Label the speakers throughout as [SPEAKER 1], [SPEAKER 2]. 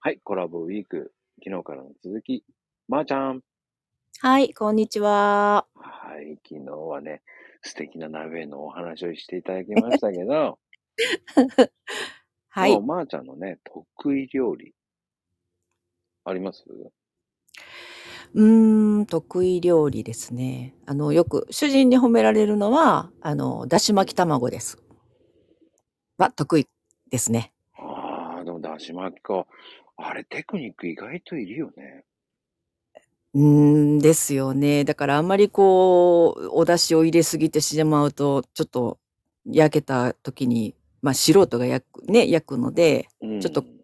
[SPEAKER 1] はい、コラボウィーク、昨日からの続き、まー、ちゃん。
[SPEAKER 2] はい、こんにちは。
[SPEAKER 1] はい、昨日はね、素敵な鍋のお話をしていただきましたけど、
[SPEAKER 2] はい。
[SPEAKER 1] まーちゃんのね、得意料理、あります
[SPEAKER 2] うーん、得意料理ですね。あの、よく主人に褒められるのは、あの、だし巻き卵です。は、得意ですね。
[SPEAKER 1] ああ、でもだし巻きか。あれ、テクニック意外といるよね。
[SPEAKER 2] うーん、ですよね。だからあんまりこう、お出汁を入れすぎてしまうと、ちょっと焼けた時に、まあ素人が焼く、ね、焼くので、
[SPEAKER 1] う
[SPEAKER 2] ちょっと
[SPEAKER 1] ん。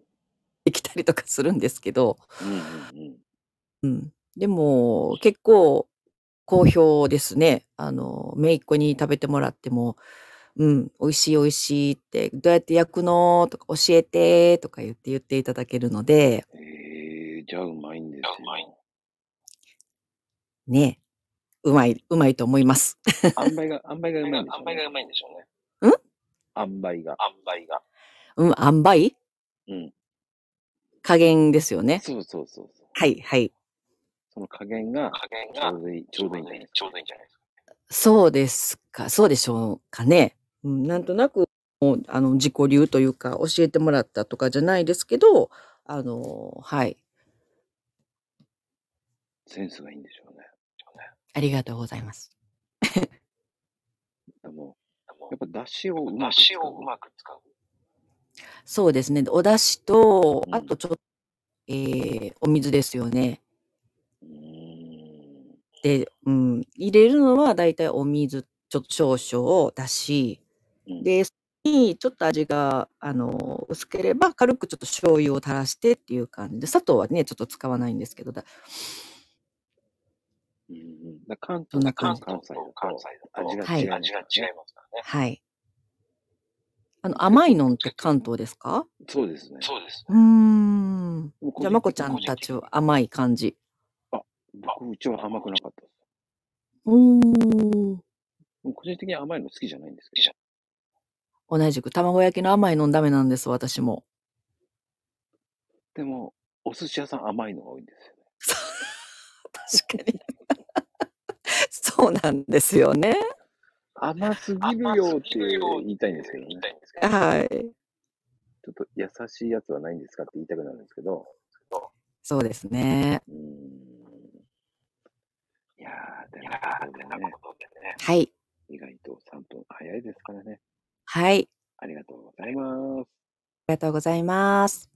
[SPEAKER 2] できたりとかするんですけど、
[SPEAKER 1] うんうんうん。
[SPEAKER 2] うん。でも、結構好評ですね。あの、姪っ子に食べてもらっても、うん、美味しい美味しいって、どうやって焼くのとか教えてとか言って言っていただけるので、
[SPEAKER 1] ええじゃあうまいんですよ。
[SPEAKER 2] ね、うまい、うまいと思います。
[SPEAKER 1] 塩梅が、塩梅がうまいんでしょうね。塩梅がうまいんでしょうね。
[SPEAKER 2] ん
[SPEAKER 1] 塩梅が。塩梅が。
[SPEAKER 2] うん、塩梅
[SPEAKER 1] うん。
[SPEAKER 2] 加減ですよね。
[SPEAKER 1] そうそうそうそう。
[SPEAKER 2] はい、はい。
[SPEAKER 1] その加減が、
[SPEAKER 3] 加減
[SPEAKER 1] ちょ
[SPEAKER 3] が
[SPEAKER 1] うどいい、ち
[SPEAKER 3] ち
[SPEAKER 1] ょ
[SPEAKER 3] ょ
[SPEAKER 1] う
[SPEAKER 3] う
[SPEAKER 1] ど
[SPEAKER 3] ど
[SPEAKER 1] いい
[SPEAKER 3] い
[SPEAKER 1] んじゃない
[SPEAKER 3] い、
[SPEAKER 1] ですか。
[SPEAKER 3] ちょうどいいんじゃないですか。
[SPEAKER 2] そうですか、そうでしょうかね。うん、なんとなく、もうあの、自己流というか、教えてもらったとかじゃないですけど、あの、はい。
[SPEAKER 1] センスがいいんでしょうね。
[SPEAKER 2] ありがとうございます。
[SPEAKER 1] でも、
[SPEAKER 3] でも
[SPEAKER 1] やっぱ出汁をうま
[SPEAKER 3] 出
[SPEAKER 1] く使
[SPEAKER 3] 汁
[SPEAKER 1] う。
[SPEAKER 3] をうまく使う。
[SPEAKER 2] そうですね。お出汁と、
[SPEAKER 1] う
[SPEAKER 2] あ
[SPEAKER 1] ん。
[SPEAKER 2] とちょっと、えーお水ですよね。
[SPEAKER 1] うーん。
[SPEAKER 2] で、うん、入れるのはだいたいお水ちょっと少々だし、
[SPEAKER 1] うん。
[SPEAKER 2] で、そこにちょっと味が、あの、薄ければ、軽くちょっと醤油を垂らしてっていう感じで、砂糖はね、ちょっと使わないんですけど、だ
[SPEAKER 1] うんうんだ関
[SPEAKER 2] そん
[SPEAKER 1] 東
[SPEAKER 2] な
[SPEAKER 1] と
[SPEAKER 2] 感
[SPEAKER 3] 関
[SPEAKER 2] じ。
[SPEAKER 1] 関
[SPEAKER 3] 東
[SPEAKER 1] 西だ
[SPEAKER 3] と関
[SPEAKER 1] と
[SPEAKER 3] 西
[SPEAKER 1] 味
[SPEAKER 3] だと
[SPEAKER 1] が
[SPEAKER 2] は
[SPEAKER 1] 違
[SPEAKER 2] い。
[SPEAKER 1] い
[SPEAKER 3] 味
[SPEAKER 1] ます
[SPEAKER 3] が
[SPEAKER 1] よ
[SPEAKER 3] 違
[SPEAKER 1] ね。
[SPEAKER 3] いますからね。
[SPEAKER 2] はい。あの、
[SPEAKER 1] 結
[SPEAKER 2] 甘いのんって
[SPEAKER 1] 結
[SPEAKER 2] 関東ですか
[SPEAKER 1] そうですね。
[SPEAKER 3] そうです
[SPEAKER 2] うー
[SPEAKER 3] ね。
[SPEAKER 2] ん。
[SPEAKER 1] でも個
[SPEAKER 2] じゃあ、
[SPEAKER 1] 人
[SPEAKER 2] まこ
[SPEAKER 1] 的
[SPEAKER 2] ちゃ
[SPEAKER 1] に、
[SPEAKER 2] ん
[SPEAKER 3] 個人
[SPEAKER 2] た
[SPEAKER 3] 的
[SPEAKER 2] ち
[SPEAKER 3] に。
[SPEAKER 2] は甘い感じ。
[SPEAKER 1] あ、
[SPEAKER 3] あ、
[SPEAKER 1] 僕、うちは甘く
[SPEAKER 3] 僕、
[SPEAKER 1] な
[SPEAKER 3] ちょ
[SPEAKER 1] かったです。
[SPEAKER 2] おー。
[SPEAKER 1] でも個人的に甘いの好きじゃないんですけ
[SPEAKER 3] っと
[SPEAKER 1] ど。
[SPEAKER 3] じゃ
[SPEAKER 2] 同じく卵焼きの甘いのんダメなんです、私も。
[SPEAKER 1] でも、お寿司屋さん甘いのが多いんですよね。
[SPEAKER 2] そう 確かに。 そうなんですよね。
[SPEAKER 1] 甘すぎる
[SPEAKER 3] 甘す
[SPEAKER 1] よっ
[SPEAKER 3] ぎ
[SPEAKER 1] て
[SPEAKER 3] るよっ
[SPEAKER 1] 言いたいんですけ
[SPEAKER 3] て
[SPEAKER 1] ど
[SPEAKER 3] 言い
[SPEAKER 1] ね。
[SPEAKER 3] たいんですけど、
[SPEAKER 2] はい。
[SPEAKER 1] ちょっと優しいやつはないんですかって言いたくなるんですけど。
[SPEAKER 2] そうですね。
[SPEAKER 1] うーん。いやー、て
[SPEAKER 3] いや
[SPEAKER 1] なこと
[SPEAKER 3] ー、
[SPEAKER 1] で
[SPEAKER 3] てな
[SPEAKER 1] ね、
[SPEAKER 3] ことでね。
[SPEAKER 2] はい。
[SPEAKER 1] 意外と3分早いですからね。
[SPEAKER 2] はい。
[SPEAKER 1] ありがとうございます。
[SPEAKER 2] ありがとうございます。